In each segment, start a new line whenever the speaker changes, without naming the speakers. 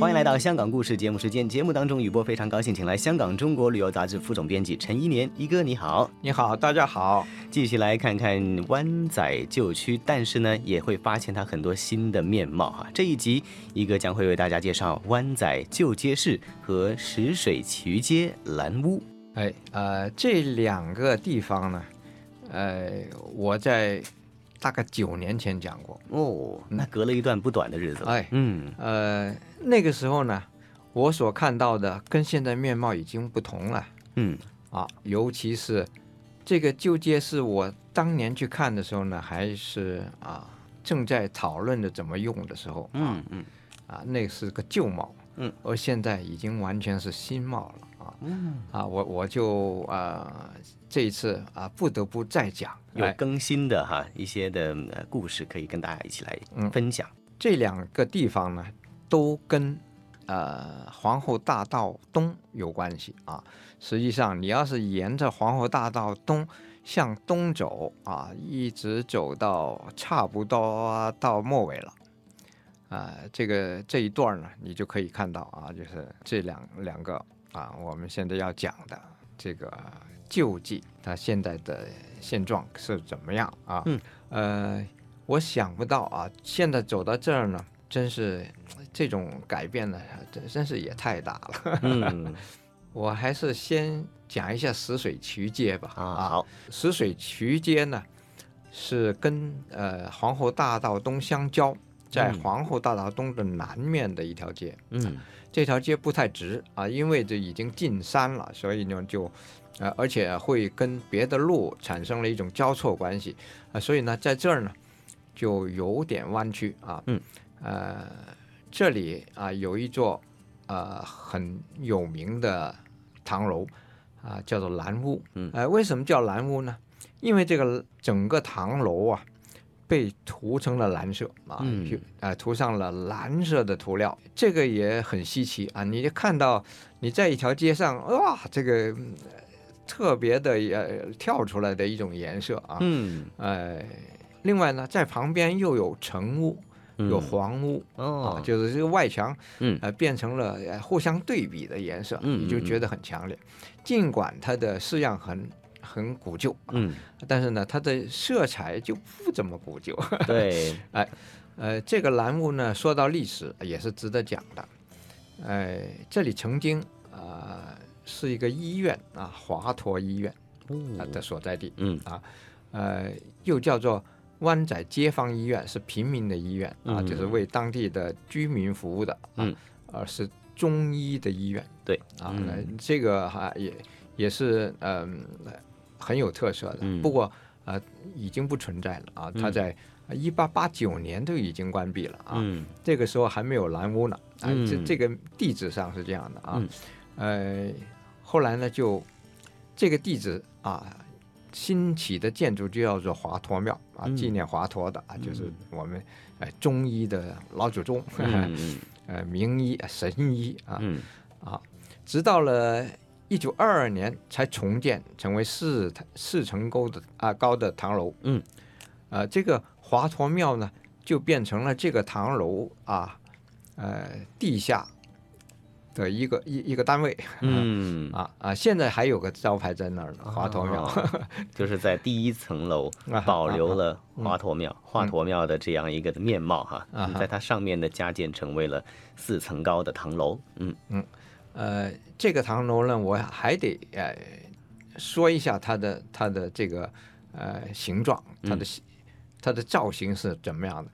欢迎来到《香港故事》节目时间。节目当中，雨波非常高兴，请来香港《中国旅游杂志》副总编辑陈一年一哥，你好。
你好，大家好。
继续来看看湾仔旧区，但是呢，也会发现它很多新的面貌哈。这一集，一哥将会为大家介绍湾仔旧街市和石水奇鱼街蓝屋。
哎，呃，这两个地方呢，呃，我在大概九年前讲过。
哦，那隔了一段不短的日子了。
哎
嗯，
呃，那个时候呢，我所看到的跟现在面貌已经不同了
嗯，
啊，尤其是这个旧街市，我当年去看的时候呢，还是啊正在讨论着怎么用的时候，
嗯嗯
啊，那是个旧貌，
嗯，
而现在已经完全是新貌了啊，
嗯，
啊，我我就啊、这一次啊、不得不再讲，
有
哎
更新的哈一些的呃故事，可以跟大家一起来
嗯
分享。
这两个地方呢，都跟呃皇后大道东有关系啊。实际上，你要是沿着皇后大道东向东走啊，一直走到差不多到末尾了。啊、这个这一段呢，你就可以看到啊，就是这两两个啊，我们现在要讲的这个救济，它现在的现状是怎么样啊？
嗯，
呃，我想不到啊，现在走到这儿呢，真是这种改变呢，真真是也太大了。
嗯
我还是先讲一下石水渠街吧。
啊，好，
石水渠街呢，是跟呃皇后大道东相交，在
嗯
皇后大道东的南面的一条街。
嗯
这条街不太直啊，因为这已经进山了，所以呢就，呃，而且会跟别的路产生了一种交错关系啊、所以呢，在这儿呢就有点弯曲啊，
嗯，
呃，这里啊、有一座呃很有名的唐楼啊、叫做蓝屋，
嗯
呃，为什么叫蓝屋呢？因为这个整个唐楼啊被涂成了蓝色啊，
嗯
就啊，涂上了蓝色的涂料，这个也很稀奇啊！你就看到你在一条街上，哇，这个嗯特别的呃跳出来的一种颜色啊。
嗯，
呃，另外呢，在旁边又有城屋，
嗯
有黄屋、
哦
啊，，就是这个外墙，
嗯
呃，变成了呃互相对比的颜色，
嗯
你就觉得很强烈。尽管它的式样很很古旧，
嗯，
但是呢，它的色彩就不怎么古旧。
对，
呃，这个栏目呢，说到历史也是值得讲的。呃，这里曾经呃是一个医院啊，华佗医院 啊
哦
的所在地，
嗯
呃，又叫做湾仔街坊医院，是平民的医院啊，
嗯
就是为当地的居民服务的啊，
嗯
而是中医的医院
对，
啊，
嗯
那这个哈、也也是嗯、很有特色的，
嗯
不过呃已经不存在了啊，它
嗯
在一八八九年都已经关闭了啊，
嗯
这个时候还没有蓝屋呢，啊，
嗯
这这个地址上是这样的啊，
嗯
呃，后来呢就这个地址啊，新起的建筑就叫做华佗庙啊，
嗯
纪念华佗的啊，就是我们呃中医的老祖宗，
嗯嗯
呃名医呃神医啊，
嗯
直到了一九二二年才重建成为四四层高的啊高的唐楼。
嗯，
呃，这个华佗庙呢，就变成了这个唐楼啊，呃，地下的一个一一个单位。
嗯，
啊啊！现在还有个招牌在那儿呢，华佗庙。
哦就是在第一层楼
啊
保留
啊嗯
了华佗庙、华佗庙的这样一个的面貌哈，
啊哈
在它上面呢加建成为了四层高的唐楼，嗯
呃，这个唐楼呢，我还得呃说一下它的它的这个呃形状，它的、它的造型是怎么样的。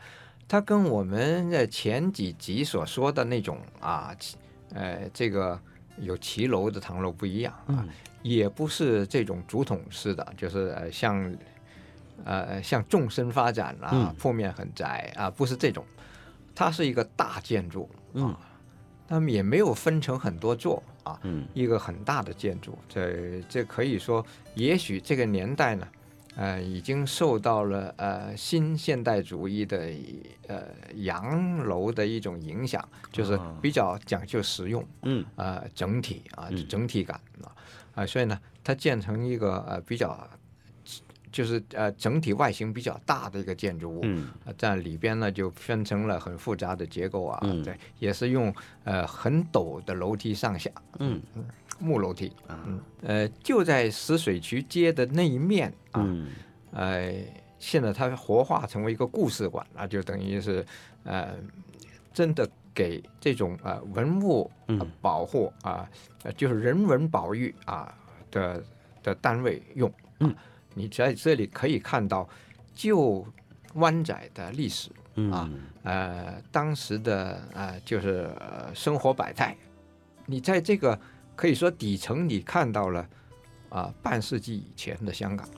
它跟我们的前几集所说的那种啊，骑呃，这个有骑楼的唐楼不一样啊，
嗯
也不是这种竹筒式的，就是呃像呃像纵深发展啊
嗯，
铺面很窄啊，不是这种，它是一个大建筑，
嗯
他们也没有分成很多座啊，
嗯
一个很大的建筑，这这可以说，也许这个年代呢，呃，已经受到了呃新现代主义的呃洋楼的一种影响，就是
哦
比较讲究实用，
嗯
呃整体啊
嗯
整体感啊啊、所以呢，它建成一个呃比较就是呃整体外形比较大的一个建筑物，
嗯
啊，在里边呢就分成了很复杂的结构啊，
嗯
对，也是用呃很陡的楼梯上下，
嗯
木楼梯，
啊
嗯，呃，就在石水渠街的那一面啊，
嗯
呃，现在它活化成为一个故事馆啊，就等于是呃，真的给这种呃文物、呃
嗯
保护啊、呃就是人文保育啊的的单位用。啊
嗯，
你在这里可以看到旧湾仔的历史，
嗯
啊呃，当时的呃就是、呃、生活百态。你在这个可以说底层，你看到了啊、半世纪以前的香港。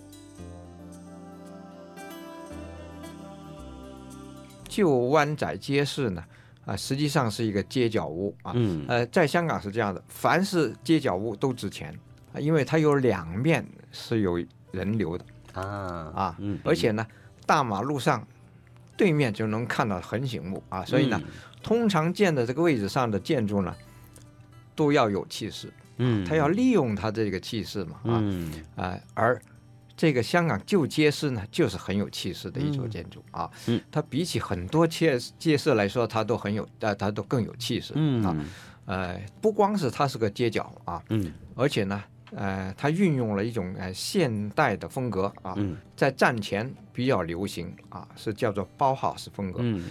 旧湾仔街市呢，啊、实际上是一个街角屋啊。
嗯
呃，在香港是这样的，凡是街角屋都值钱，啊因为它有两面是有人流的
啊
啊，
嗯，
而且呢，大马路上对面就能看到横醒目啊，所以
嗯
呢，通常建的这个位置上的建筑呢，都要有气势，
嗯，嗯，
啊它要利用它这个气势嘛啊
嗯
啊、而这个香港旧街市呢，就是很有气势的一座建筑啊，
嗯
它比起很多街街市来说，它都很有呃，它都更有气势
嗯
啊，呃，不光是它是个街角啊，
嗯
而且呢。呃，它运用了一种呃现代的风格啊，
嗯
在战前比较流行啊，是叫做包豪斯风格。
嗯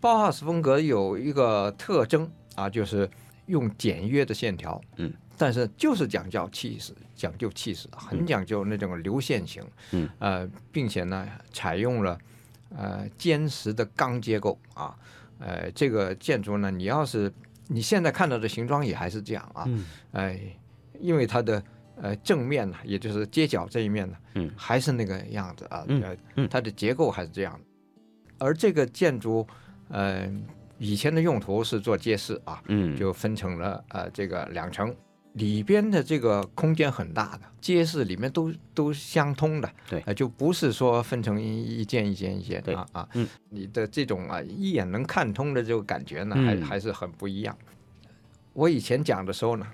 包豪斯风格有一个特征啊，就是用简约的线条，
嗯，
但是就是讲究气势，讲究气势，很讲究那种流线型，
嗯，
呃，并且呢，采用了呃坚实的钢结构啊，呃，这个建筑呢，你要是你现在看到的形状也还是这样啊，
嗯
哎，因为它的呃正面呢，也就是街角这一面呢，
嗯
还是那个样子啊，
嗯
呃
嗯
它的结构还是这样的。而这个建筑，呃，以前的用途是做街市啊，
嗯，
就分成了呃这个两层，里边的这个空间很大的，街市里面都都相通的，
对
呃就不是说分成一一间一间一间
对
啊啊，
嗯，
你的这种啊一眼能看通的这个感觉呢，还
嗯
还是很不一样。我以前讲的时候呢，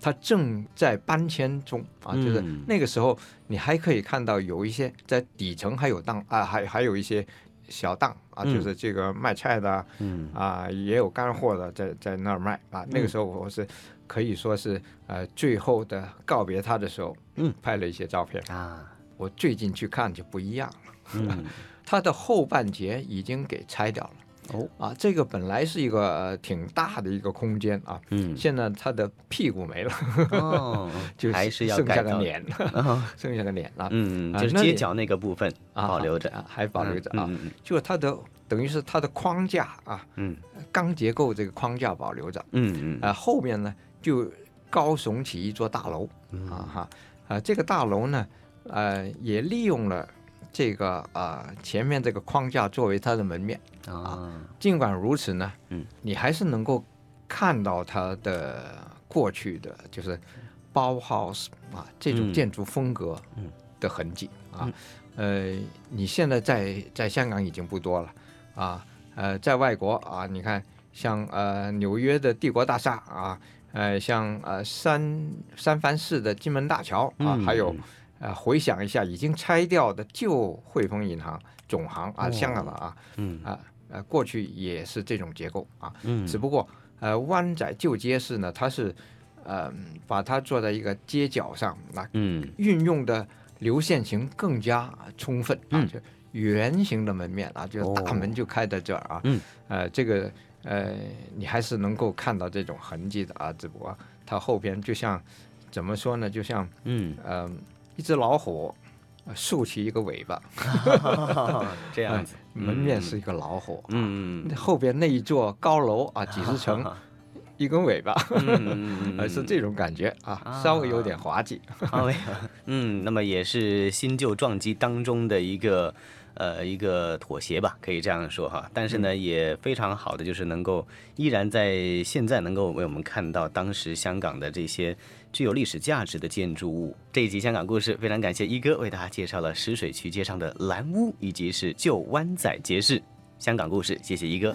它正在搬迁中啊，就是
嗯
那个时候你还可以看到有一些在底层还有档啊，还还有一些小档啊，
嗯
就是这个卖菜的啊。
嗯
啊，也有干货的在在那儿卖啊。那个时候我是可以说是呃最后的告别他的时候，
嗯，
拍了一些照片。
啊
我最近去看就不一样了，
嗯
它的后半截已经给拆掉了。
哦
啊，这个本来是一个、呃挺大的一个空间啊，
嗯，
现在它的屁股没了，
哦
就
还是要
剩
改
下个
造 的
脸，
啊
剩下个脸了。
嗯，
啊
就是
那
街
里
角那个部分
啊，
嗯保留着，
啊，还保留着啊，
嗯嗯
就是它的等于是它的框架啊，
嗯
钢结构这个框架保留着，
嗯嗯
啊，后面呢就高耸起一座大楼
嗯
啊哈，啊这个大楼呢，呃也利用了这个啊、前面这个框架作为它的门面。
嗯啊
尽管如此呢，
嗯，
你还是能够看到它的过去的就是包 house 啊这种
嗯
建筑风格
嗯
的痕迹、啊。呃，你现在在在香港已经不多了啊，呃，在外国啊，你看像呃纽约的帝国大厦啊，呃，像呃三三藩市的金门大桥啊，
嗯
还有呃回想一下已经拆掉的旧汇丰银行总行啊，
哦
香港的啊，
嗯
啊呃，过去也是这种结构啊，
嗯，
只不过呃湾仔旧街市呢，它是呃把它做在一个街角上，那、
嗯
运用的流线型更加充分啊，
嗯
就圆形的门面啊，就
哦
是大门就开在这儿啊，
嗯
呃这个呃你还是能够看到这种痕迹的啊，只不过它后边就像怎么说呢，就像
嗯，
呃一只老虎呃竖起一个尾巴，
哦这样 子，
门面是一个老虎，
嗯嗯
后啊边那一座高楼啊，几十层， 一根尾巴，
嗯
而 是这种感觉啊，稍微有点 滑稽。
好，嗯，那么也是新旧撞击当中的一个。呃一个妥协吧，可以这样说哈。但是呢，也非常好的就是能够依然在现在能够为我们看到当时香港的这些具有历史价值的建筑物。这一集香港故事，非常感谢一哥为大家介绍了石水渠街上的蓝屋，以及是旧湾仔街市。香港故事，谢谢一哥。